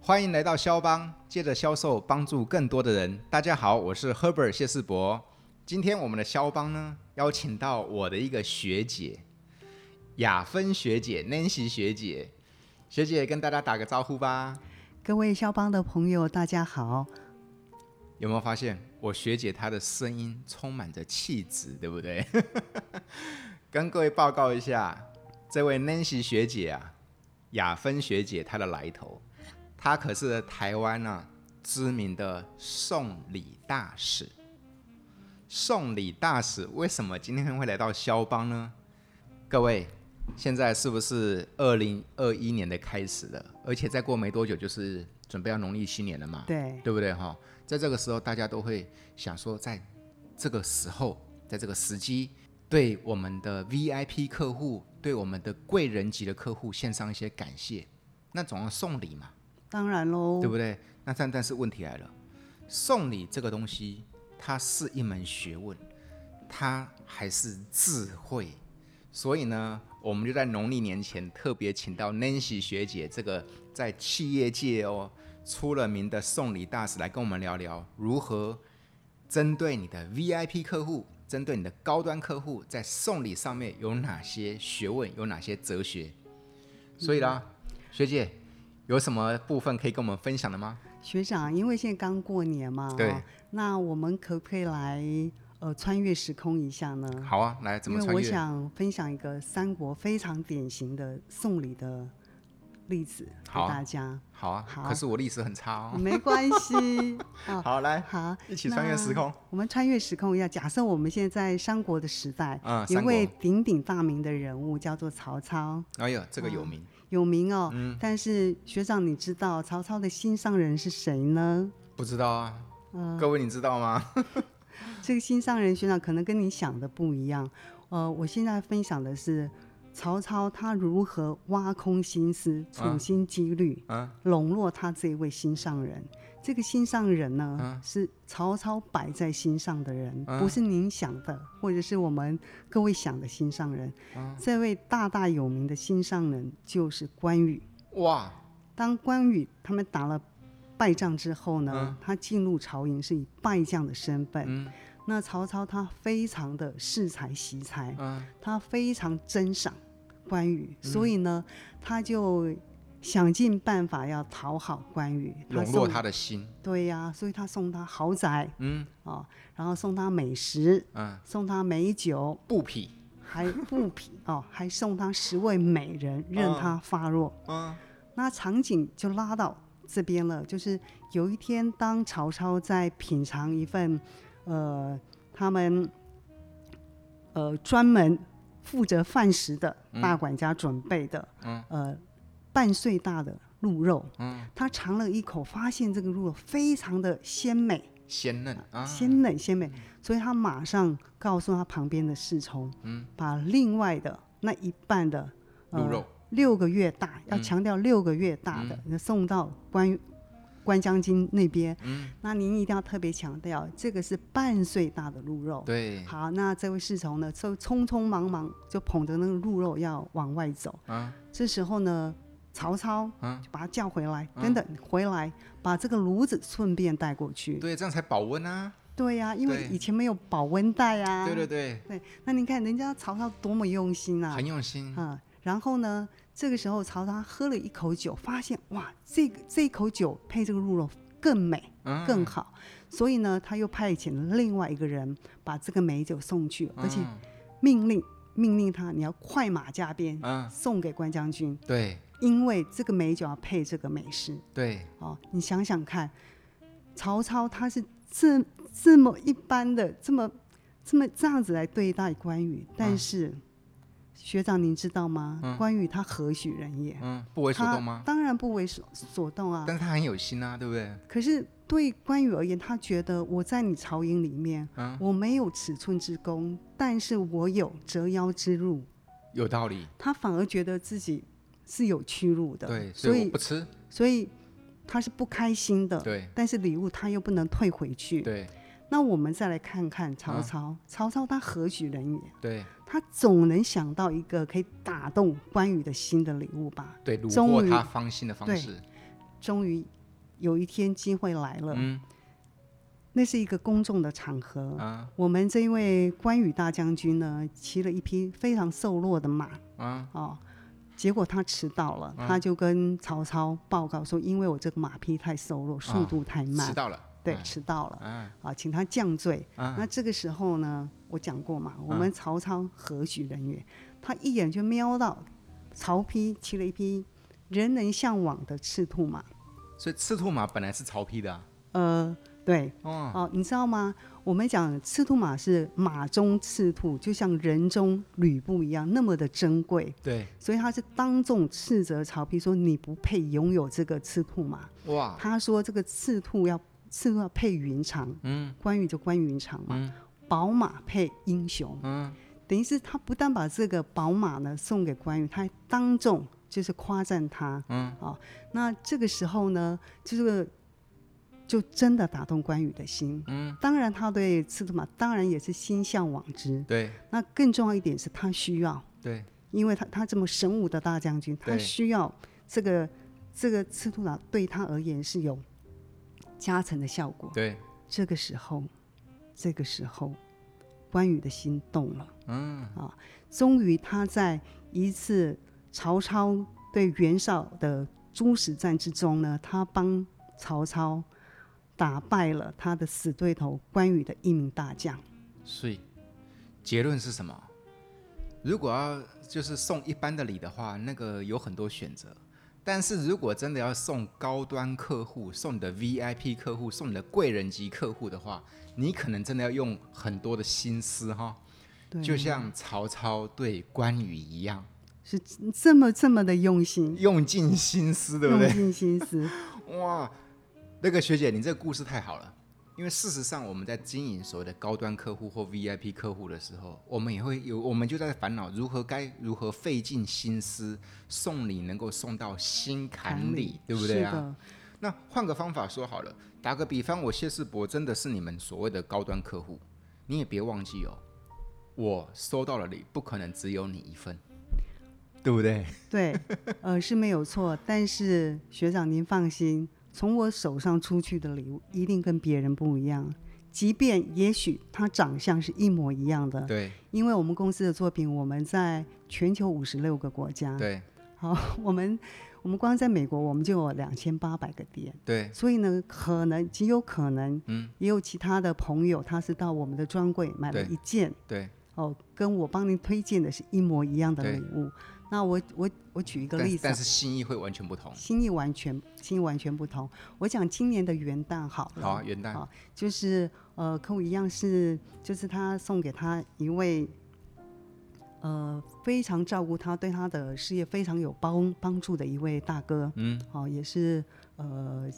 欢迎来到肖邦，借着销售帮助更多的人。大家好，我是 Herbert 谢世博。今天我们的肖邦呢，邀请到我的一个学姐，雅芬学姐 Nancy 学姐。学姐跟大家打个招呼吧。各位肖邦的朋友，大家好。有没有发现我学姐她的声音充满着气质，对不对？ 跟各位报告一下，这位 Nancy 学姐啊，雅芬学姐她的来头，她可是台湾啊知名的送礼大使。送礼大使为什么今天会来到肖邦呢？各位，现在是不是二零二一年的开始了？而且再过没多久就是准备要农历新年了嘛，对，对不对哈？在这个时候，大家都会想说，在这个时候，在这个时机，对我们的 VIP 客户，对我们的贵人级的客户献上一些感谢，那总要送礼嘛，当然喽对，不对？那但但是问题来了，送礼这个东西，它是一门学问，它还是智慧。所以呢，我们就在农历年前特别请到 Nancy 学姐这个在企业界哦出了名的送礼大使来跟我们聊聊如何针对你的 VIP 客户，针对你的高端客户，在送礼上面有哪些学问，有哪些哲学。所以啦，学姐有什么部分可以跟我们分享的吗？学长，因为现在刚过年嘛，对，那我们可不可以来呃穿越时空一下呢？好啊，来怎因么为穿我越？想分享一个三国非常典型的送礼的例子给好大家，好啊，好可是我历史很差哦。没关 系啊。好，来好，一起穿越时空。我们穿越时空一下，假设我们现在在三国的时代，嗯一三国位鼎鼎大名的人物叫做曹操，哎呦，这个有名，有名哦。但是学长，你知道曹操的心上人是谁呢？不知道啊。嗯各位你知道吗？这个心上人学长可能跟你想的不一样。呃，我现在分享的是曹操他如何挖空心思、处心积虑，嗯笼络他这一位心上人。这个心上人呢，是曹操摆在心上的人，不是您想的，或者是我们各位想的心上人。这位大大有名的心上人就是关羽。哇，当关羽他们打了败仗之后呢，嗯他进入朝营是以败将的身份。嗯那曹操他非常的恃才惜才，嗯他非常珍赏关羽，所以呢，他就想尽办法要讨好关羽，笼送络他的心，对呀、所以他送他豪宅嗯啊、哦然后送他美食，嗯，送他美酒，布匹，还布匹 哦，还送他十位美人，任他发落。嗯那场景就拉到这边了，就是有一天，当曹操在品尝一份，呃，他们呃专门负责饭食的大管家准备的，嗯呃，半岁大的鹿肉，嗯，他尝了一口，发现这个鹿肉非常的鲜美，鲜嫩啊，鲜嫩鲜美，所以他马上告诉他旁边的侍从，嗯，把另外的那一半的、呃、鹿肉，六个月大，嗯要强调六个月大的，送到关关将军那边。嗯那您一定要特别强调，这个是半岁大的鹿肉。对，好，那这位侍从呢，就匆匆忙忙就捧着那个鹿肉要往外走。啊这时候呢，曹操啊，就把他叫回来，嗯等等，你回来把这个炉子顺便带过去。对，这样才保温啊，对呀、因为对以前没有保温袋啊。对对对，对那你看人家曹操多么用心啊！很用心，嗯，然后呢，这个时候曹操喝了一口酒，发现哇，这个这口酒配这个鹿肉更美嗯，更好，所以呢，他又派遣了另外一个人把这个美酒送去，而且嗯命令命令他你要快马加鞭嗯，送给关将军，对因为这个美酒要配这个美食对，哦。你想想看，曹操他是这这么一般的这么。这么这样子来对待关羽，嗯但是、学长您知道吗？关羽他何许人也？嗯，不为所他动吗？当然不为所所动啊但。是他很有心啊，对不对？可是对关羽而言，他觉得我在你曹营里面，嗯我没有尺寸之功，但是我有折腰之路。有道理，他反而觉得自己是有去路的，对，所所以我以不吃，所以他是不开心的。对但是礼物他又不能退回去。对啊那我们再来看看曹操，曹操他何许人也？对他总能想到一个可以打动关羽的心的礼物吧。对，虏终获于他芳心的方式，终于有一天机会来了，嗯那是一个公众的场合。啊我们这位关羽大将军呢，骑了一匹非常瘦弱的马，啊哦，结果他迟到了，他就跟曹操报告说，因为我这个马匹太瘦弱，速啊度太慢，迟到了，对，哎迟到了，啊啊，请他降罪。啊那这个时候呢，我讲过嘛，嗯我们曹操何许人也？他一眼就瞄到曹丕骑了一匹人人向往的赤兔马，所以赤兔马本来是曹丕的啊，呃，对，哦，哦，你知道吗？我们讲赤兔马是马中赤兔，就像人中吕布一样，那么的珍贵，对，所以他是当众斥责曹丕说：“你不配拥有这个赤兔马。哇，他说：“这个赤兔要赤兔要配云长，嗯关羽就关云长嘛，嗯宝马配英雄。嗯，等于是他不但把这个宝马呢送给关羽，他还当众就是夸赞他。嗯，哦，那这个时候呢，就是就真的打动关羽的心。嗯，当然他对赤兔马当然也是心向往之。对那更重要一点是他需要，对，因为他他这么神武的大将军，他对需要这个这个赤兔马对他而言是有加成的效果。对，这个时候，这个时候，关羽的心动了。嗯啊，终于他在一次曹操对袁绍的猪屎战之中呢，他帮曹操打败了他的死对头关羽的一名大将。所以结论是什么？如果要就是送一般的礼的话，那个有很多选择。但是如果真的要送高端客户、送你的 VIP 客户、送你的贵人级客户的话，你可能真的要用很多的心思哈，对，就像曹操对关羽一样，是这么这么的用心，用尽心思，对不对用？尽心 思。哇，那个学姐，你这个故事太好了，因为事实上我们在经营所谓的高端客户或 VIP 客户的时候，我们也会有，我们就在烦恼如何该如何费尽心思送礼，能够送到心坎里，对不对是啊？的，那换个方法说好了，打个比方，我谢世博真的是你们所谓的高端客户，你也别忘记哦，我收到了礼，不可能只有你一份，对不对？对，呃，是没有错。但是学长您放心，从我手上出去的礼物一定跟别人不一样，即便也许他长相是一模一样的，对因为我们公司的作品，我们在全球五十六个国家，对好，我们我们光在美国，我们就有两千八百个店，对，所以呢，可能极有可能，嗯，也有其他的朋友，他是到我们的专柜买了对一件，对，哦，跟我帮您推荐的是一模一样的对礼物。那我我我举一个但例子但啊，是心意会完全不同。心意完全心意完全不同。我讲今年的元旦好了，好啊，元旦好就是呃，客户一样是，就是他送给他一位，呃，非常照顾他，对他的事业非常有帮帮助的一位大哥，嗯，哦，也是呃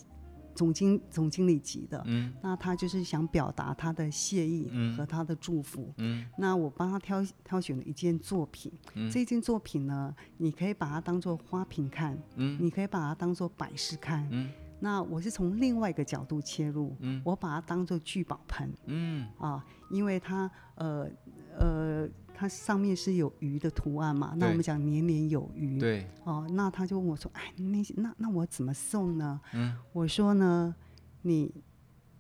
总经总经理级的，嗯，那他就是想表达他的谢意嗯和他的祝福，嗯，那我帮他挑挑选了一件作品，嗯这件作品呢，你可以把它当做花瓶看，嗯，你可以把它当做摆饰看，嗯，那我是从另外一个角度切入，嗯，我把它当做聚宝盆嗯啊，因为它呃呃，它上面是有鱼的图案嘛，那我对们讲年年有余，，对，哦，那他就问我说，哎，那那那我怎么送呢？嗯，我说呢，你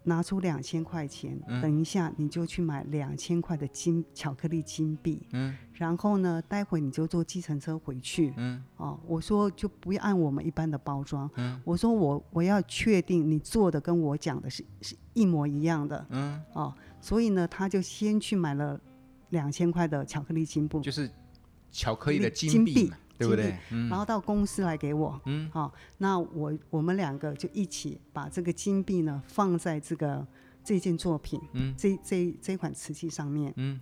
拿出两千块钱，嗯等一下你就去买两千块的金巧克力金币，嗯然后呢，待会你就坐计程车回去。嗯哦，我说就不要按我们一般的包装，嗯我说我我要确定你做的跟我讲的是是一模一样的嗯，哦，所以呢，他就先去买了两千块的巧克力金布，就是巧克力的金金币币嘛，对不金对币？嗯然后到公司来给我，嗯，好、那我我们两个就一起把这个金币呢放在这个这件作品，嗯这这这款瓷器上面，嗯，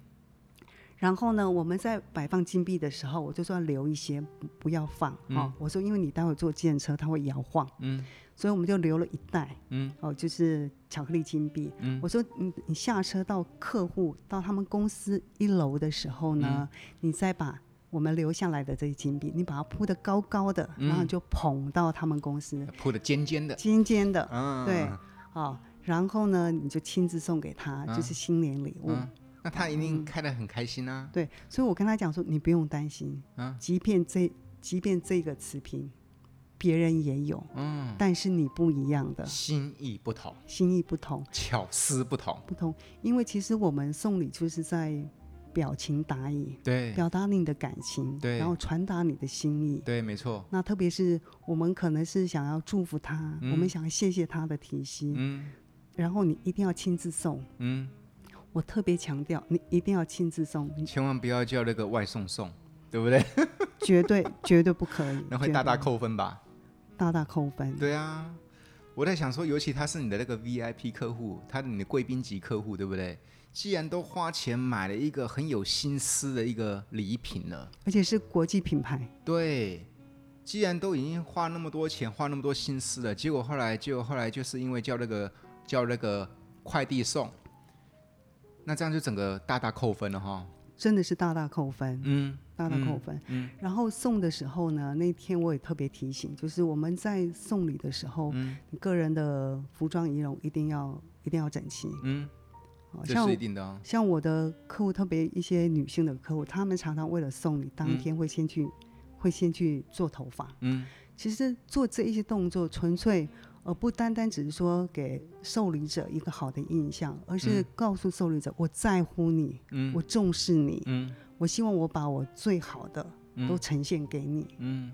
然后呢，我们在摆放金币的时候，我就说要留一些，不不要放，哦，我说因为你待会坐电车它会摇晃，嗯所以我们就留了一袋，嗯，哦，就是巧克力金币，嗯我说你你下车到客户到他们公司一楼的时候呢，嗯你再把。我们留下来的这些金币，你把它铺得高高的，然后嗯就捧到他们公司，铺的尖尖的，尖尖的，嗯，对，哦，然后呢，你就亲自送给他，就嗯是新年礼物。嗯，那他一定开得很开心啊，对，所以我跟他讲说，你不用担心，嗯即便这即便这个瓷瓶别人也有，嗯，但是你不一样的，心意不同，心意不同，巧思不同，不同。因为其实我们送礼就是在表情达意，对表达你的感情，对然后传达你的心意。对，没错，那特别是我们可能是想要祝福他，嗯我们想要谢谢他的提携，嗯然后你一定要亲自送。嗯，我特别强调，你一定要亲自送，你千万不要叫那个外送送，对不对？绝对 绝对不可以，那绝会对大大扣分吧？大大扣分。对啊，我在想说，尤其他是你的那个 VIP 客户，他你的贵宾级客户，对不对？既然都花钱买了一个很有心思的一个礼品了，而且是国际品牌，对，既然都已经花那么多钱，花那么多心思了，结果后来，结果后来就是因为叫那个叫那个快递送，那这样就整个大大扣分了哈。真的是大大扣分，嗯，大大扣分。嗯然后送的时候呢，那天我也特别提醒，就是我们在送礼的时候，嗯你个人的服装仪容一定要一定要整齐。嗯，哦这像是一定的啊。像我的客户，特别一些女性的客户，她们常常为了送礼，当天会先去、会先去做头发。嗯，其实做这一些动作，纯粹呃不单单只是说给受礼者一个好的印象，而是嗯告诉受礼者我在乎你，嗯我重视你，嗯我希望我把我最好的嗯都呈现给你。嗯，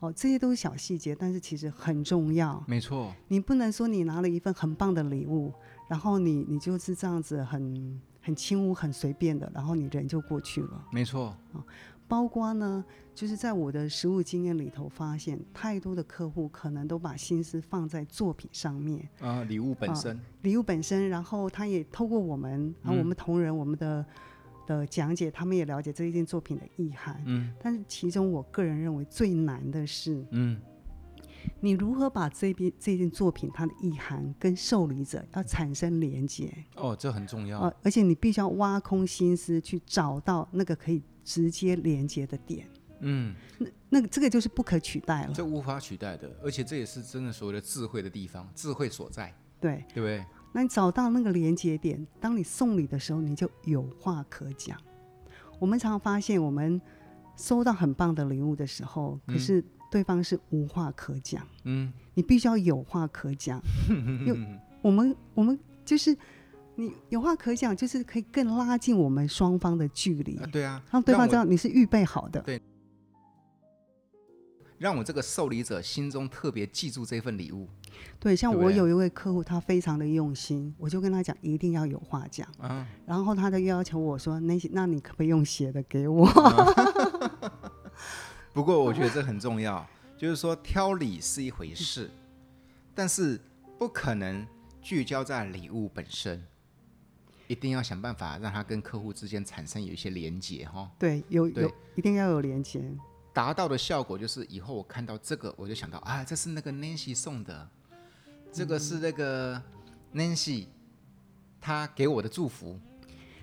哦，这些都是小细节，但是其实很重要。没错，你不能说你拿了一份很棒的礼物，然后你你就是这样子很很轻忽、很随便的，然后你人就过去了。没错。包括呢，就是在我的实务经验里头发现，太多的客户可能都把心思放在作品上面，啊，礼物本啊身，礼物本身，然后他也透过我们，然后我们同仁、我们的的讲解，他们也了解这一件作品的意涵。嗯但是其中，我个人认为最难的是，嗯你如何把这边这件作品它的意涵跟受礼者要产生连接哦，这很重要。呃，而且你必须要挖空心思去找到那个可以直接连接的点，嗯，那个这个就是不可取代了。这无法取代的，而且这也是真的所谓的智慧的地方，智慧所在，对，对不对？那你找到那个连接点，当你送礼的时候，你就有话可讲。我们常常发现，我们收到很棒的礼物的时候，可是对方是无话可讲。嗯，你必须要有话可 讲。有我们我们就是你有话可讲，就是可以更拉近我们双方的距离，啊，对啊，让对让方我知道你是预备好的对。让我这个受礼者心中特别记住这份礼物对，像对不我对有一位客户，他非常的用心，我就跟他讲一定要有话讲，啊，然后他就要求我说，那那你可不可以用写的给我？不过我觉得这很重要，就是说挑礼是一回事，但是不可能聚焦在礼物本身，一定要想办法让它跟客户之间产生有一些连结哈、对，有有对，一定要有连接。达到的效果就是以后我看到这个，我就想到啊，这是那个 Nancy 送的，这个是那个 Nancy 她给我的祝福，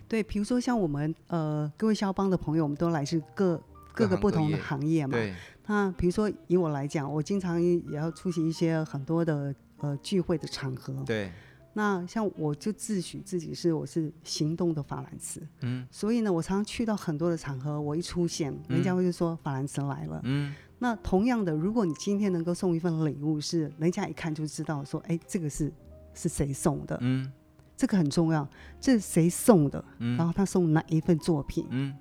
对，比如说像我们呃各位肖邦的朋友，我们都来自各各各个行不各同的业行业嘛。对，那比如说以我来讲，我经常也要出席一些很多的呃聚会的场合。对，那像我就自诩自己是我是行动的法兰茨，嗯，所以呢，我常常去到很多的场合，我一出现，人家会就说法兰茨来了。嗯，那同样的，如果你今天能够送一份礼物是，人家一看就知道说，哎，这个是是谁送的，嗯这个很重要，这是谁送的，然后他送哪一份作品，嗯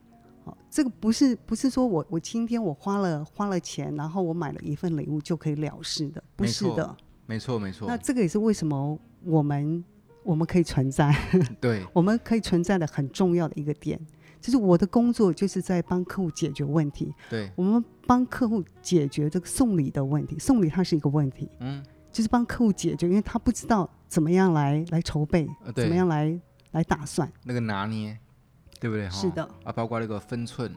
哦，这个不是不是说我我今天我花了花了钱，然后我买了一份礼物就可以了事的，不没是错的。没错没错那，这个也是为什么我们我们可以存在， 对，我们可以存在的很重要的一个点，就是我的工作就是在帮客户解决问题，对，我们帮客户解决这个送礼的问题。送礼它是一个问题，嗯，就是帮客户解决，因为他不知道怎么样来来筹备，呃怎么对，样来来打算。那个拿捏，对不对？哈是的，啊，包括那个分寸，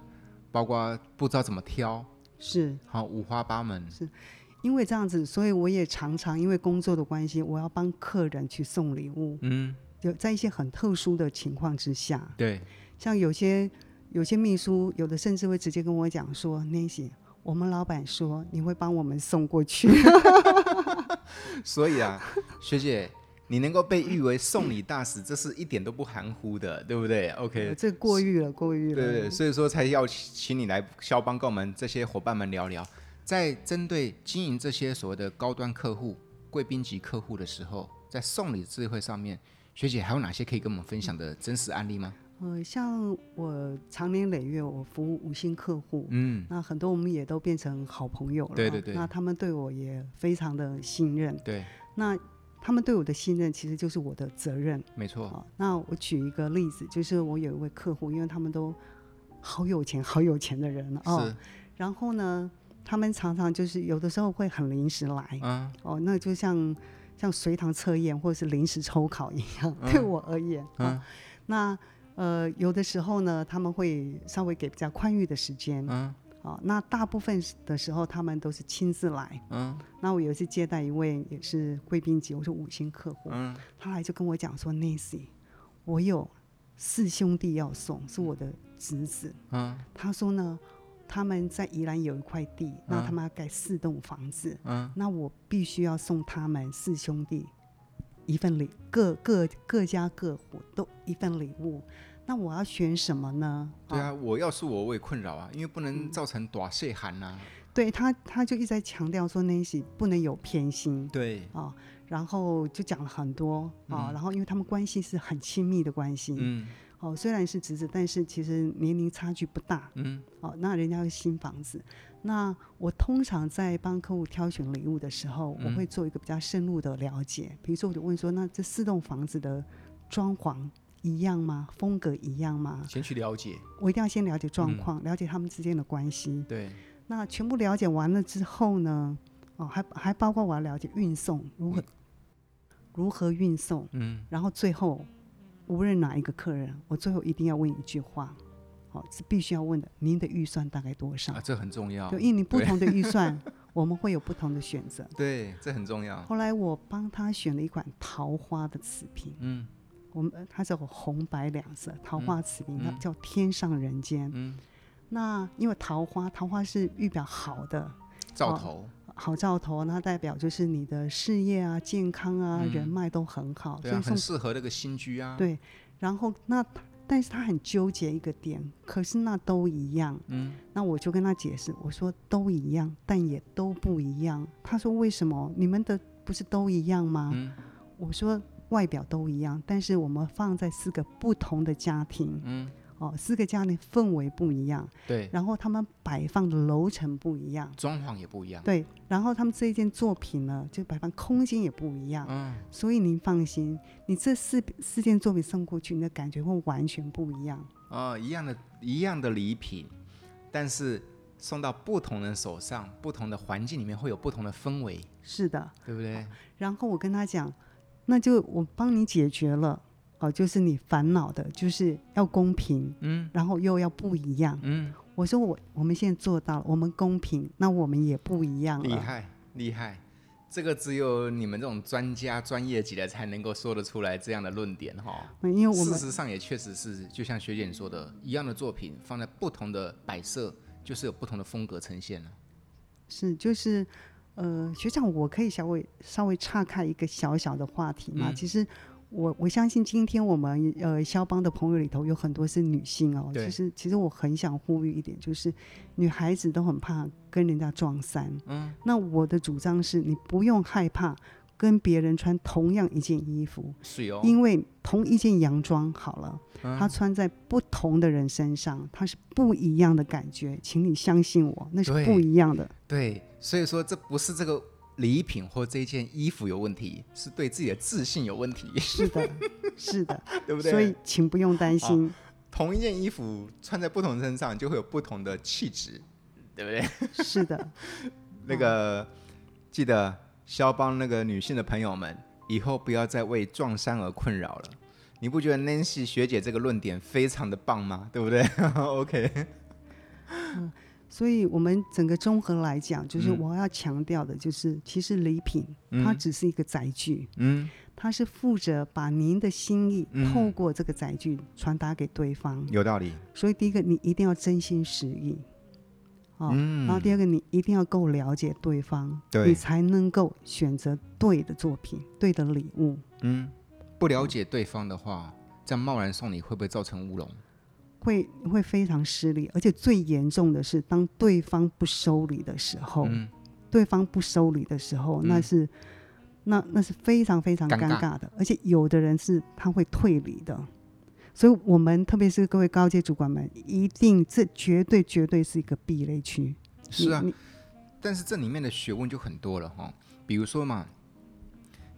包括不知道怎么挑，是好五花八门，因为这样子，所以我也常常因为工作的关系，我要帮客人去送礼物。嗯，有在一些很特殊的情况之下，对，像有些有些秘书，有的甚至会直接跟我讲说：“Nancy，我们老板说你会帮我们送过去。所以啊， 学姐。你能够被誉为送礼大使，这是一点都不含糊的，对不对？OK， 这过誉了，过誉了。对对，所以说才要请请你来肖邦跟我们这些伙伴们聊聊，在针对经营这些所谓的高端客户、贵宾级客户的时候，在送礼智慧上面，学姐还有哪些可以跟我们分享的真实案例吗？呃，像我长年累月我服务五星客户，嗯，那很多我们也都变成好朋友了。啊对对对那他们对我也非常的信任，对，那他们对我的信任其实就是我的责任没错，啊。那我举一个例子，就是我有一位客户，因为他们都好有钱、好有钱的人哦是，，然后呢，他们常常就是有的时候会很临时来，嗯，哦，那就像像随堂测验或者是临时抽考一样，对我而言，啊，嗯那呃有的时候呢，他们会稍微给比较宽裕的时间，嗯哦，那大部分的时候他们都是亲自来。嗯那我有一次接待一位也是贵宾级，我是五星客户，嗯，他来就跟我讲说，Nancy，我有四兄弟要送，是我的侄子，嗯他说呢。他们在宜兰有一块地，那嗯他们要盖四栋房子，嗯，那我必须要送他们四兄弟一份礼，各各各家各户都一份礼物。那我要选什么呢？对啊，啊，我要是我我也困扰啊，因为不嗯能造成短血寒呐。对他他就一直在强调说 Nancy 不能有偏心对，啊，然后就讲了很多啊，嗯然后因为他们关系是很亲密的关系，嗯哦、虽然是侄子，但是其实年龄差距不大，嗯哦，那人家是新房子。那我通常在帮客户挑选礼物的时候，我嗯会做一个比较深入的了解。比如说，我就问说，那这四栋房子的装潢一样吗？风格一样吗？先去了解，我一定要先了解状嗯况，了解他们之间的关系。对，那全部了解完了之后呢？哦，还还包括我要了解运送如何、如何运送，嗯然后最后，无论哪一个客人，我最后一定要问一句话，好、是必须要问的：您的预算大概多少？啊，这很重要对，，因为你不对同的预算， 我们会有不同的选择。对，这很重要， 后来我帮他选了一款桃花的瓷瓶，嗯我们呃它是有红白两色桃花瓷瓶，它嗯叫天上人间。嗯，那因为桃花，桃花是预表好的兆头，好兆头，那代表就是你的事业啊、健康啊、嗯人脉都很好，对啊，所以哦送很适合那个新居啊，对。然后那但是他很纠结一个点，可是那都一样，嗯那我就跟他解释，我说都一样，但也都不一样。他说为什么？你们的不是都一样吗？嗯我说外表都一样，但是我们放在四个不同的家庭嗯，哦，四个家庭氛围不一样，对，然后他们摆放的楼层不一样，装潢也不一样，对，然后他们这一件作品呢，就摆放空间也不一样。嗯所以您放心，你这四四件作品送过去，你的感觉会完全不一样。哦，一样的，一样的礼品，但是送到不同人手上，不同的环境里面会有不同的氛围，是的，对不对？然后我跟他讲，那就我帮你解决了，哦，就是你烦恼的，就是要公平，嗯然后又要不一样。嗯，我说我我们现在做到了，我们公平，那我们也不一样厉了。害厉害，这个只有你们这种专家专业级的才能够说得出来这样的论点哈、嗯因为我事们实上也确实是，就像学姐你说的，一样的作品放在不同的摆设，就是有不同的风格呈现了。是就是，呃，学长，我可以稍微稍微岔开一个小小的话题嘛。嗯其实我我相信今天我们呃肖邦的朋友里头有很多是女性哦。对其实其实我很想呼吁一点，就是女孩子都很怕跟人家撞衫。嗯，那我的主张是你不用害怕跟别人穿同样一件衣服，是哦，因为同一件洋装好了，它嗯、穿在不同的人身上，它是不一样的感觉，请你相信我，那是对不一样的。对，所以说这不是这个礼品或这件衣服有问题，是对自己的自信有问题， 是的，是的，对不对？啊所以请不用担心。同一件衣服穿在不同人身上，就会有不同的气质，对不对？是的，那个记得肖邦那个女性的朋友们，以后不要再为撞衫而困扰了。你不觉得 Nancy 学姐这个论点非常的棒吗？对不 对？OK，所以我们整个综合来讲，就是嗯我要强调的，就是、其实礼品它嗯只是一个载具，嗯，它是负责把您的心意嗯透过这个载具传达给对方。有道理。所以第一个，你一定要真心实意，哦，嗯然后第二个，你一定要够了解对方，对你才能够选择对的作品、对的礼物。嗯，不了解对方的话，这样贸然送礼会不会造成乌龙？会会非常失礼，而且最严重的是，当对方不收礼的时候，嗯，对方不收礼的时候，那嗯是那那是非常非常尴尴尬尬的，而且有的人是他会退礼的，所以我们特别是各位高阶主管们，一定这绝对绝对是一个避雷区。是啊你，你但是这里面的学问就很多了哈、比如说嘛，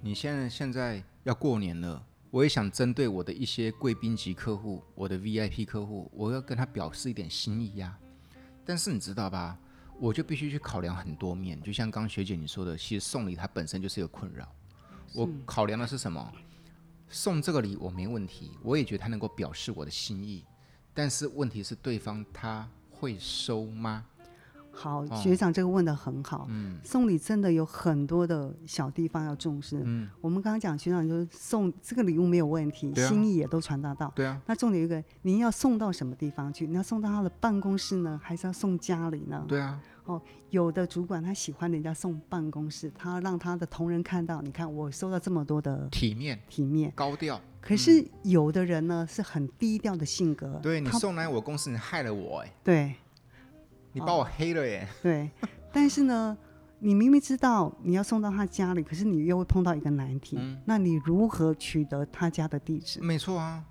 你现在现在要过年了，我也想针对我的一些贵宾级客户，我的 VIP 客户，我要跟他表示一点心意呀、但是你知道吧，我就必须去考量很多面，就像刚学姐你说的，其实送礼它本身就是一个困扰。我考量的是什么？送这个礼我没问题，我也觉得他能够表示我的心意，但是问题是对方他会收吗？好，哦嗯学长这个问的很好。送礼真的有很多的小地方要重视。嗯我们刚刚讲学长就是送这个礼物没有问题，对啊心意也都传达到。对啊，那重点有一个，您要送到什么地方去？你要送到他的办公室呢，还是要送家里呢？对啊。有的主管他喜欢人家送办公室，他让他的同仁看到，你看我收到这么多的体面、体面。高调。可是有的人呢是很低调的性格，嗯对你他送来我公司，你害了我哎，对你把我黑了哎耶。对，但是呢，你明明知道你要送到他家里，可是你又会碰到一个难题，嗯那你如何取得他家的地址？没错啊，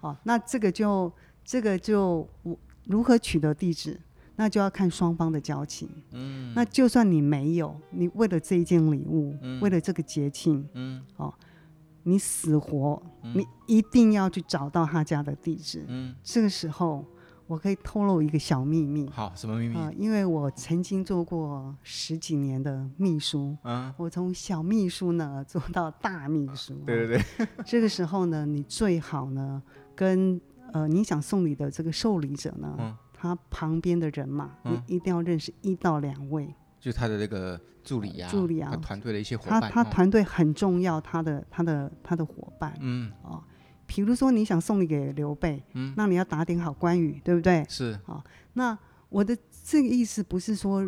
哦，那这个就这个就我如何取得地址，那就要看双方的交情。嗯，那就算你没有，你为了这一件礼物，为了这个节庆，嗯，哦，你死活、你一定要去找到他家的地址。嗯，这个时候，我可以透露一个小秘密好，什么秘密？啊、因为我曾经做过十几年的秘书。嗯，我从小秘书呢做到大秘书， 对对对，这个时候呢，你最好呢跟呃你想送礼的这个受礼者呢，嗯他旁边的人嘛，嗯你一定要认识一到两位，就他的那个助理啊，助理啊他团队的一些伙他伴，他哦团队很重要，他的他的他的伙伴。哦嗯比如说你想送礼给刘备，嗯那你要打点好关羽，对不对？是那我的这个意思不是说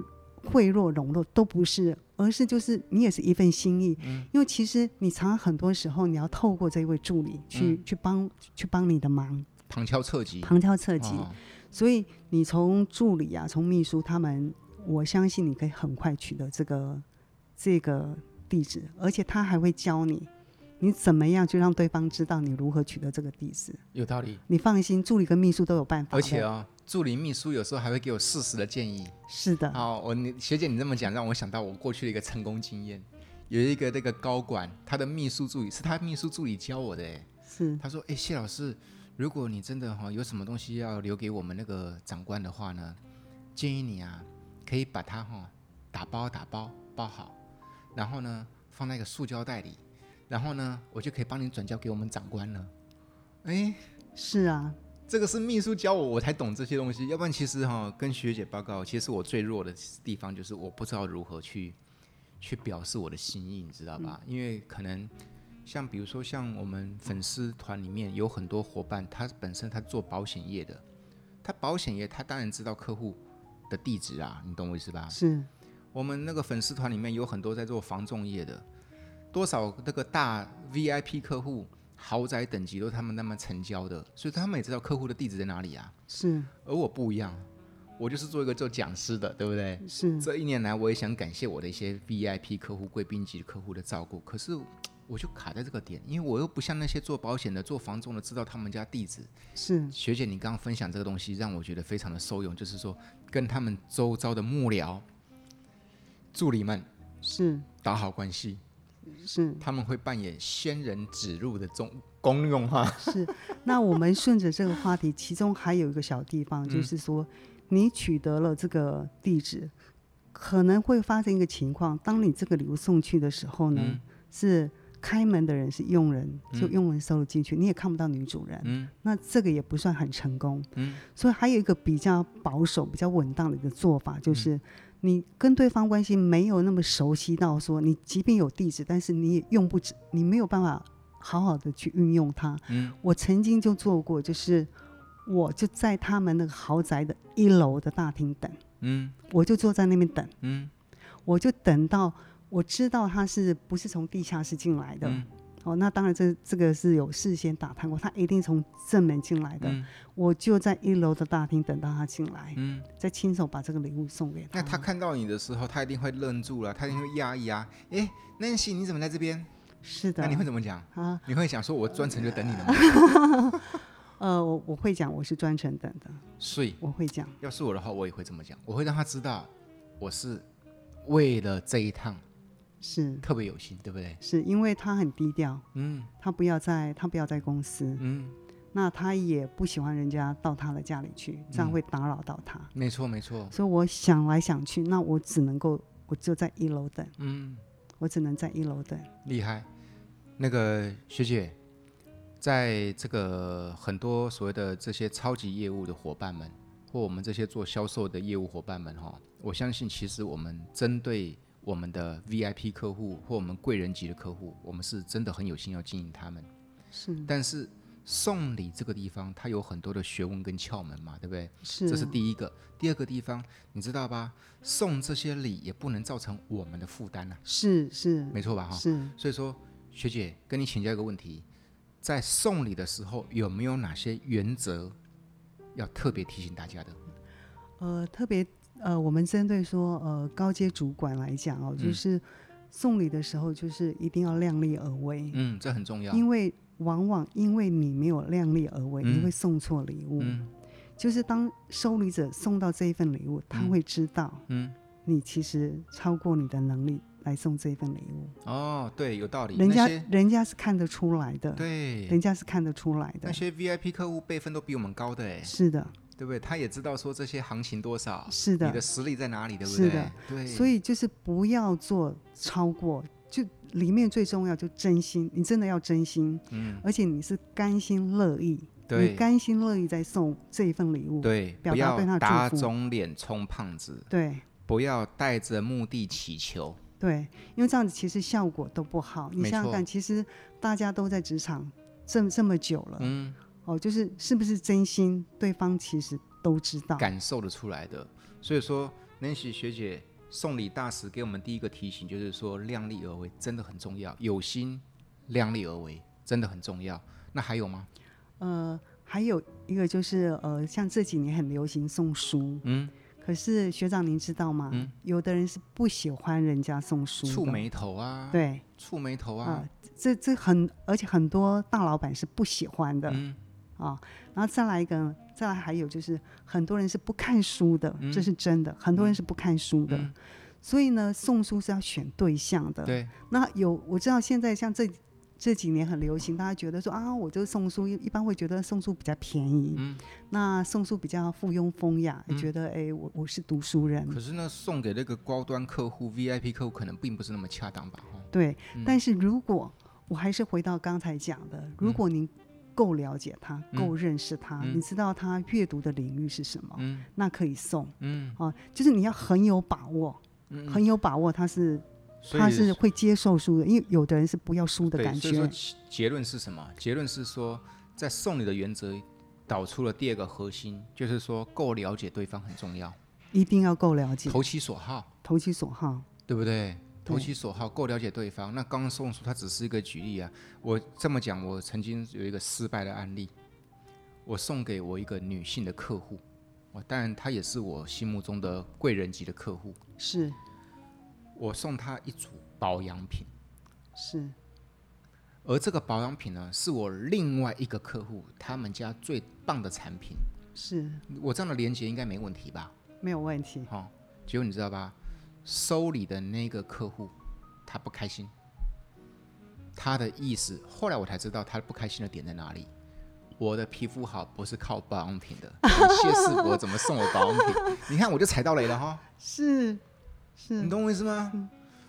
贿赂、笼络都不是，而是就是你也是一份心意。嗯因为其实你常常很多时候你要透过这位助理去、嗯去帮去帮你的忙，旁敲侧击，旁敲侧击。嗯哦所以你从助理啊，从秘书他们，我相信你可以很快取得这个这个地址，而且他还会教你。你怎么样就让对方知道你如何取得这个地址？有道理。你放心，助理跟秘书都有办法的。而且啊，助理秘书有时候还会给我适时的建议。是的，好，我你学姐你这么讲，让我想到我过去的一个成功经验。有一个那个高管，他的秘书助理是他秘书助理教我的哎，是他说：“哎、谢老师，如果你真的哈、有什么东西要留给我们那个长官的话呢，建议你啊，可以把它哈、打包打包包好，然后呢放在一个塑胶袋里，然后呢我就可以帮你转交给我们长官了。”哎，是啊，这个是秘书教我，我才懂这些东西。要不然，其实哈、跟学姐报告，其实我最弱的地方就是我不知道如何去去表示我的心意，你知道吧？因为可能像比如说像我们粉丝团里面有很多伙伴，他本身他做保险业的，他保险业他当然知道客户的地址啊，你懂我意思吧？是我们那个粉丝团里面有很多在做房仲业的，多少那个大 VIP 客户豪宅等级都是他们那么成交的，所以他们也知道客户的地址在哪里啊。是而我不一样，我就是做一个做讲师的，对不对？是这一年来，我也想感谢我的一些 VIP 客户、贵宾级客户的照顾，可是我就卡在这个点，因为我又不像那些做保险的、做房仲的知道他们家地址，是学姐，你刚刚分享这个东西，让我觉得非常的受用，就是说跟他们周遭的幕僚、助理们是打好关系，是他们会扮演仙人指路的中公用哈。是。那我们顺着这个话题，其中还有一个小地方，嗯就是说你取得了这个地址，可能会发生一个情况，当你这个礼物送去的时候呢，嗯是开门的人是佣人，就佣人收了进去，你也看不到女主人，嗯那这个也不算很成功。嗯所以还有一个比较保守、比较稳当的一个做法，嗯就是你跟对方关系没有那么熟悉到说，你即便有地址，但是你也用不着，你没有办法好好的去运用它。嗯，我曾经就做过，就是我就在他们那个豪宅的一楼的大厅等，嗯我就坐在那边等，嗯我就等到我知道他是不是从地下室进来的，嗯哦，那当然这这个是有事先打探过，他一定从正门进来的。嗯我就在一楼的大厅等到他进来，嗯，再亲手把这个礼物送给他。那他看到你的时候，他一定会愣住了，他一定会压一压。哎，Nancy，你怎么在这边？是的那，你会怎么讲？啊，你会想说，我专程就等你了吗？呃，我我会讲我是专程等的，所以，我会讲，要是我的话，我也会这么讲，我会让他知道我是为了这一趟是特别有心，对不对？是因为他很低调，嗯他不要在他不要在公司，嗯，那他也不喜欢人家到他的家里去，这嗯样会打扰到他。没错没错，所以我想来想去，那我只能够，我就在一楼等，嗯，我只能在一楼等。厉害。那个学姐，在这个很多所谓的这些超级业务的伙伴们，或我们这些做销售的业务伙伴们哈，我相信其实我们针对我们的 VIP 客户或我们贵人级的客户，我们是真的很有心要经营他们。是但是送礼这个地方，它有很多的学问跟窍门嘛，对不对？是，这是第一个。第二个地方，你知道吧？送这些礼也不能造成我们的负担呐、啊是是没错吧？哈。是所以说，学姐跟你请教一个问题，在送礼的时候有没有哪些原则要特别提醒大家的？呃，特别呃，我们针对说呃高阶主管来讲哦，就嗯是送礼的时候，就是一定要量力而为，嗯，这很重要。因为往往因为你没有量力而为，你嗯会送错礼物。嗯就是当收礼者送到这一份礼物，他嗯会知道嗯，你其实超过你的能力来送这份礼物，哦，对，有道理。人家那些人家是看得出来的，对人家是看得出来那的，些 VIP 客户辈分都比我们高的哎，是的，对不对？他也知道说这些行情多少，哦是你的的，实力在哪里，对不对？是的对，所以就是不要做超过，就里面最重要就真心，你真的要真心，嗯，而且你是甘心乐意，对你甘心乐意在送这一份礼物，对，表不达对他要的打祝福肿脸充胖子，对不要带着目的祈求。对，因为这样子其实效果都不好，你没想错想看，其实大家都在职场这这么久了，嗯，哦，就是是不是真心，对方其实都知道。感受得出来的。所以说，Nancy 学姐送礼大使给我们第一个提醒就是说，量力而为真的很重要，有心量力而为真的很重要。那还有吗？呃，还有一个就是呃，像这几年很流行送书，嗯，可是学长您知道吗？嗯有的人是不喜欢人家送书的，蹙眉头啊，，对蹙眉头啊、啊，这这很，而且很多大老板是不喜欢的啊、嗯然后再来一个，再来还有就是很多人是不看书的，嗯这是真的，很多人是不看书的。嗯，所以呢，送书是要选啊对象的。对，那有我知道现在像这这几年很流行，大家觉得说啊，我就送书，一一般会觉得送书比较便宜，嗯。那送书比较附庸风雅，嗯觉得哎、我我是读书人。可是呢，送给那个高端客户、VIP 客户可能并不是那么恰当吧？哦，对，嗯但是如果我还是回到刚才讲的，如果您够了解他，嗯够认识他，嗯你知道他阅读的领域是什么，嗯那可以送嗯啊，就是你要很有把握，嗯，很有把握他是。所以他是会接受书的，因为有的人是不要书的对，感所以说觉，其结论是什么？结论是说，在送礼的原则导出了第二个核心，就是说够了解对方很重要，一定要够了解，投其所好，投其所好。对不对？投对其所好，够了解对方。那刚刚送出它只是一个举例啊。我这么讲，我曾经有一个失败的案例，我送给我一个女性的客户，我当然她也是我心目中的贵人级的客户，是我送她一组保养品。是而这个保养品呢，是我另外一个客户他们家最棒的产品。是，我这样的连接应该没问题吧？没有问题。哈、结果你知道吧？收礼的那个客户他不开心，他的意思，后来我才知道他不开心的点在哪里。我的皮肤好不是靠保养品的，谢世博怎么送我保养品？ 你看我就踩到雷了哈，是你是懂我意思吗？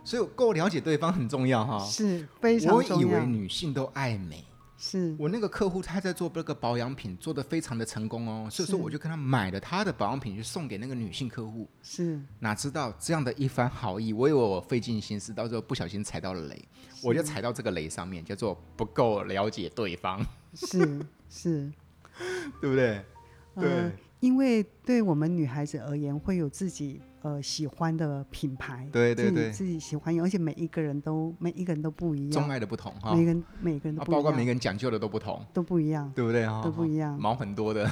所以我够了解对方很重要哈。是非常我重以为要，女性都爱美，是我那个客户他在做那个保养品，做的非常的成功哦，所以说我就跟他买了他的保养品，就送给那个女性客户。是哪知道这样的一番好意，我以为我费尽心思，到时候不小心踩到了雷，我就踩到这个雷上面，叫做不够了解对方，是 是，对不对？对呃，因为对我们女孩子而言，会有自己呃喜欢的品牌，对对自己对自己喜欢，而且每一个人都每一个人都不一钟样，爱的不同哈每，个人每个人啊都不一样，包括每个人啊讲究的都不同，都不一样，对不对哈？都不一样毛很多的。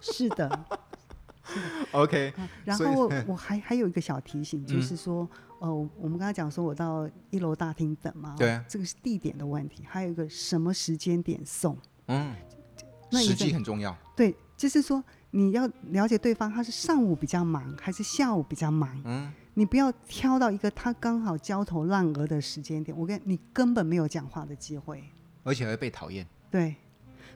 是的。 OK，啊然所以 后我还还有一个小提醒，就嗯是说，呃，我我们刚才讲说我到一楼大厅等嘛，哦对啊这个是地点的问题，还有一个什么时间点送，嗯，那一时阵机很重要。对，就是说你要了解对方他是上午比较忙还是下午比较忙，嗯，你不要挑到一个他刚好焦头烂额的时间点，我跟你根本没有讲话的机会，而且还会被讨厌。对，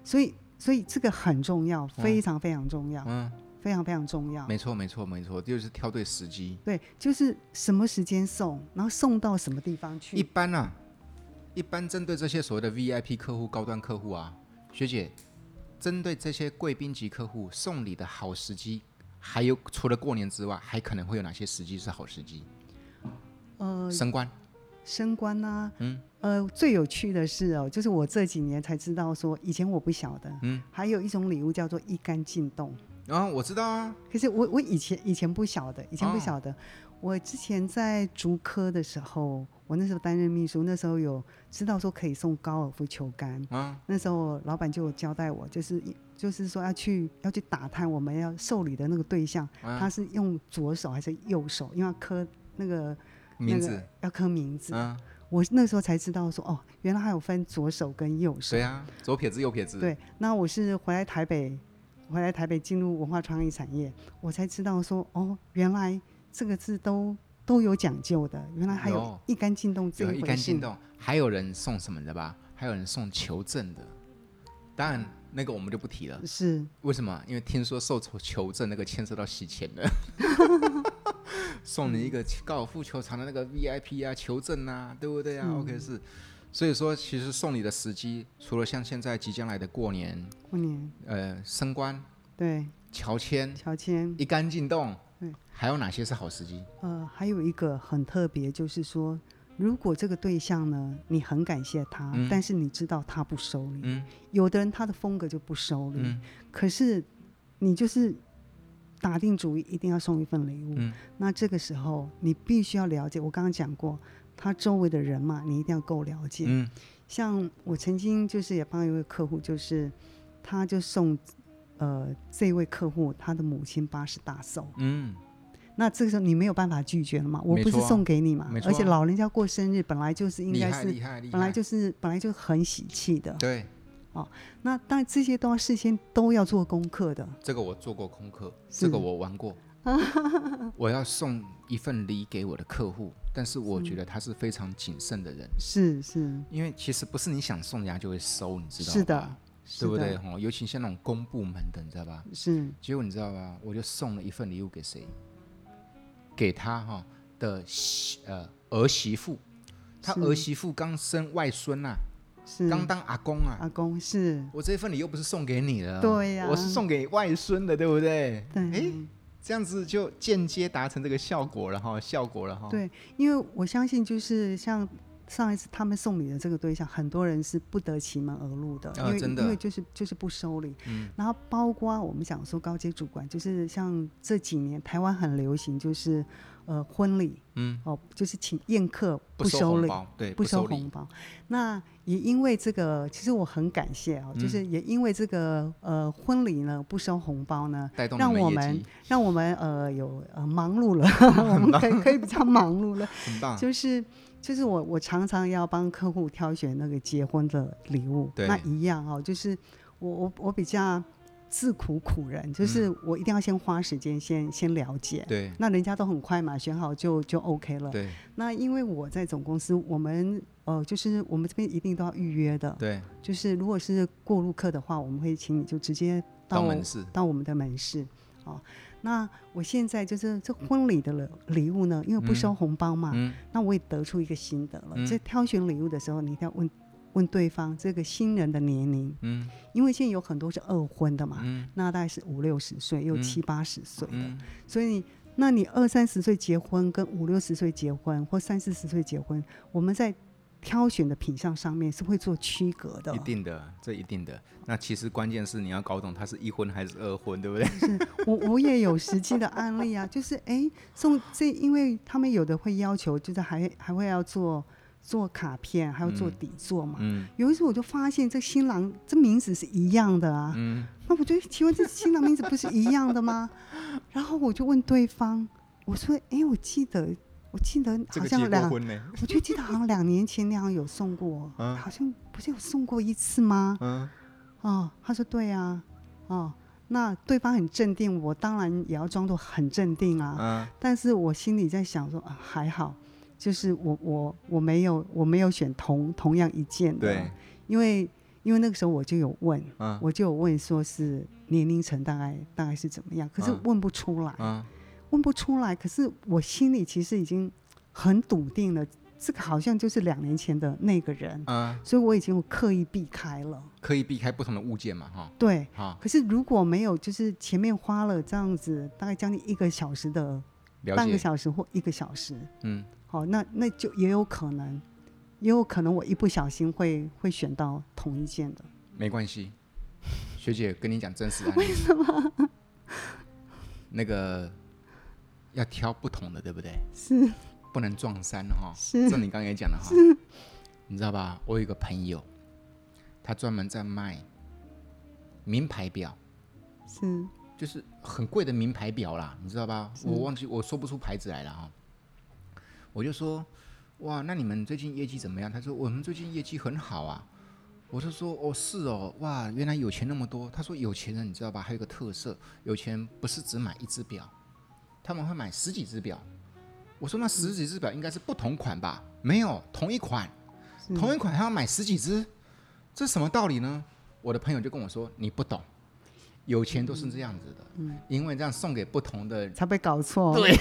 所以所以这个很重要，非常非常重要，嗯，非常非常重要。没错没错没错，就是挑对时机。对，就是什么时间送，然后送到什么地方去一。般啊，一般针对这些所谓的 VIP 客户、高端客户啊，学姐，针对这些贵宾级客户送礼的好时机，还有除了过年之外，还可能会有哪些时机是好时机？呃，升官，升官呐、嗯，呃，最有趣的是哦，就是我这几年才知道说，以前我不晓得，嗯，还有一种礼物叫做一杆进洞，然、后我知道啊，可是我我以前以前不晓得，以前不哦晓得，我之前在竹科的时候，我那时候担任秘书，那时候有知道说可以送高尔夫球杆，啊，那时候老板就有交代我，就是一就是说要去要去打探我们要受理的那个对象，嗯他是用左手还是右手，因为要刻那个名那字个，要刻名字。嗯，我那时候才知道说，哦，原来还有分左手跟右手。谁啊？左撇子、右撇子，，对，那我是回来台北，回来台北进入文化创意产业，我才知道说，哦，原来这个字都都有讲究的，原来还有有一杆进洞这有一一回杆事进。洞。还有人送什么的吧？还有人送球证的，当然那个我们就不提了。是，为什么？因为听说受求求证那个牵涉到洗钱 的，送你一个高尔夫球场的那个 VIP 啊，求证啊，对不对啊、o 嗯 k 是，所以说其实送礼的时机，除了像现在即将来的过年，过年呃，升官、对乔迁、乔迁，一杆进洞对，还有哪些是好时机？呃，还有一个很特别，就是说，如果这个对象呢，你很感谢他，嗯但是你知道他不收礼，嗯有的人他的风格就不收礼，嗯可是你就是打定主意一定要送一份礼物。嗯那这个时候你必须要了解，我刚刚讲过，他周围的人嘛，你一定要够了解。嗯像我曾经就是也帮一位客户，就是他就送呃这位客户他的母亲八十大寿，嗯，那这个时候你没有办法拒绝了嘛，我没不是错啊送给你嘛没，错啊而且老人家过生日本来就是应厉该害是厉害厉害，本来就是本来就很喜气的，对那当然这些都要事先都要做功课的，这个我做过功课，是这个我玩 过。我要送一份礼给我的客户，但是我觉得他是非常谨慎的人，是是因为其实不是你想送人家就会收，你知道吗？是的，，对不是的对？？吼，尤其像那种公部门的，你知道吧？是结果你知道吧？我就送了一份礼物给谁？给他哈的媳呃儿媳妇，他是嗯儿媳妇刚生外孙呐、是，刚当阿公啊。阿公是，我这份礼又不是送给你的，对呀我是送给外孙的，对不对？对。哎，这样子就间接达成这个效果了哈，效果了哈。对，因为我相信，就是像上一次他们送礼的这个对象，很多人是不得其门而入的，啊因为真的因为就是就是不收礼。嗯然后包括我们讲说高阶主管，就是像这几年台湾很流行，就是呃婚礼嗯，哦，就是请宴客不收收红礼。包，对，不收礼红，包，那也因为这个，其实我很感谢哦，就是嗯也因为这个呃婚礼呢不收红包呢，带动让你我们的业们绩，让我们呃有呃忙碌 了，我们可以可以比较忙碌了，很棒。就是就是我我常常要帮客户挑选那个结婚的礼物，对那一样哦，就是我我我比较自苦苦嗯人，就是我一定要先花时间先先了解。对那人家都很快嘛，选好就就 OK 了。对那因为我在总公司，我们呃，就是我们这边一定都要预约的。对，就是如果是过路客的话，我们会请你就直接到当门市，到我们的门市。哦，那我现在就是这婚礼的礼礼物呢，因为不收红包嘛，嗯，那我也得出一个心得了，嗯在挑选礼物的时候，你一定要问问对方这个新人的年龄，嗯因为现在有很多是二婚的嘛，嗯那大概是五六十岁，又嗯七八十岁的，嗯，所以那你二三十岁结婚，跟五六十岁结婚或三四十岁结婚，我们在挑选的品相上面是会做区隔的哦一。定的，这一定的。那其实关键是你要搞懂他是一婚还是二婚，对不对？ 我我也有实际的案例啊，就是哎送这，因为他们有的会要求，就是还还会要做做卡片，还要做底座嘛。嗯有一次我就发现这新郎这名字是一样的啊，嗯，那我就请问这新郎名字不是一样的吗？ 然后我就问对方，我说：“哎，我记得，我记得这好个结像过两，婚呢？ 我就记得好像两年前那样有送过，嗯好像不是有送过一次吗嗯，？”哦，他说：“对啊，哦。”那对方很镇定，我当然也要装作很镇定啊。嗯但是我心里在想说啊，还好，就是我我我没有我没有选同同样一件的对，，因为因为那个时候我就有问，嗯我就有问说是年龄层大概大概是怎么样，可是嗯问不出来，嗯问不出来。可是我心里其实已经很笃定了，这个好像就是两年前的那个人，嗯，所以我已经有刻意避开了。可以避开不同的物件嘛，哈。对，好，可是如果没有，就是前面花了这样子大概将近一个小时的了半个解。小时或一个小时，嗯，好，那那就也有可能，也有可能我一不小心会会选到同一件的。没关系。学姐跟你讲真实案例。为什么？那个要挑不同的，对不对？是不能撞衫哦哈、是这你刚刚也讲了哈、你知道吧？我有一个朋友，他专门在卖名牌表，是，就是很贵的名牌表啦，你知道吧？我忘记我说不出牌子来了哈、我就说，哇，那你们最近业绩怎么样？他说我们最近业绩很好啊。我就说哦是哦，哇，原来有钱那么多。他说有钱人你知道吧，还有一个特色，有钱人不是只买一只表，他们会买十几只表。我说那十几只表应该是不同款吧？没有，同一款，同一款还要买十几只，这什么道理呢？我的朋友就跟我说你不懂，有钱都是这样子的，嗯因为这样送给不同的，才被搞错。 对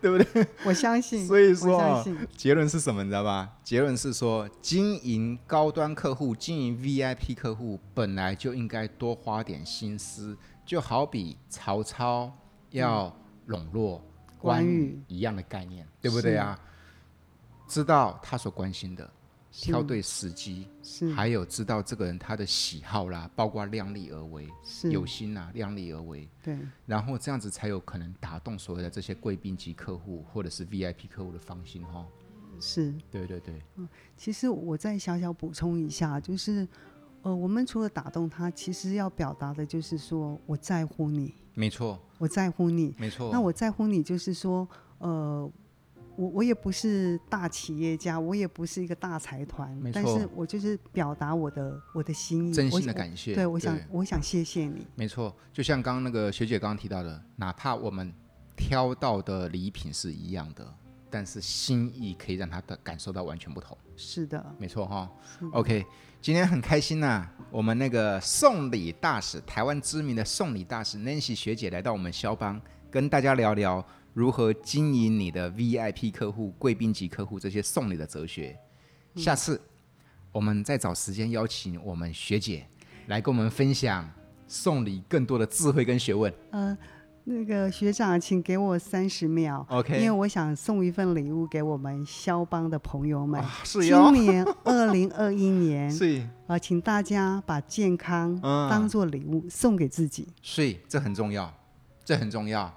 对不对？我相信，所以我说啊相信结论是什么？你知道吧？结论是说，经营高端客户、经营 VIP 客户，本来就应该多花点心思。就好比曹操要笼络关关羽羽一样的概念，对不对啊？知道他所关心的，挑对时机，是还有知道这个人他的喜好啦，包括量力而为，是有心啊，量力而为。对然后这样子才有可能打动所谓的这些贵宾级客户或者是 VIP 客户的芳心哈、是。对对对，其实我再小小补充一下，就是呃，我们除了打动他，其实要表达的就是说我在乎你，没错我在乎你。没错。那我在乎你，就是说呃。我我也不是大企业家，我也不是一个大财团没，但错是我就是表达我的我的心意，真我心的想感谢。对，我想我想谢谢你，没错，就像刚刚那个学姐刚刚提到的，哪怕我们挑到的礼品是一样的，但是心意可以让他的感受到完全不同。是的，没错哈、OK，今天很开心呐、我们那个送礼大使，台湾知名的送礼大使 Nancy 学姐来到我们肖邦，跟大家聊聊如何经营你的 VIP 客户、贵宾级客户这些送礼的哲学。下次我们再找时间邀请我们学姐来跟我们分享送礼更多的智慧跟学问。呃，那个学长，请给我三十秒 OK 因为我想送一份礼物给我们肖邦的朋友们。啊，是今哟， 年二零二一年，是呃，请大家把健康嗯当做礼物送给自己。是，这很重要，这很重要。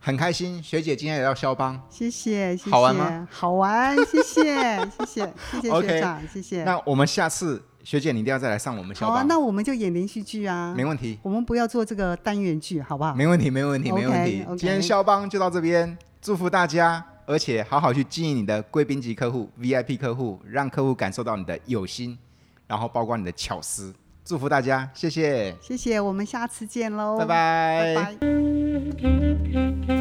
很开心，学姐今天来到肖邦。谢谢，谢谢，好玩吗？好玩，谢谢，谢谢，谢谢 OK 学长谢谢。那我们下次学姐你一定要再来上我们校好啊，吧。那我们就演连续剧啊，没问题，我们不要做这个单元剧，好不好？没问题，没问题， OK，没问题。 OK 今天肖邦就到这边，祝福大家，而且好好去经营你的贵宾级客户、VIP 客户，让客户感受到你的有心，然后包括你的巧思。祝福大家，谢谢，谢谢，我们下次见喽，拜拜拜拜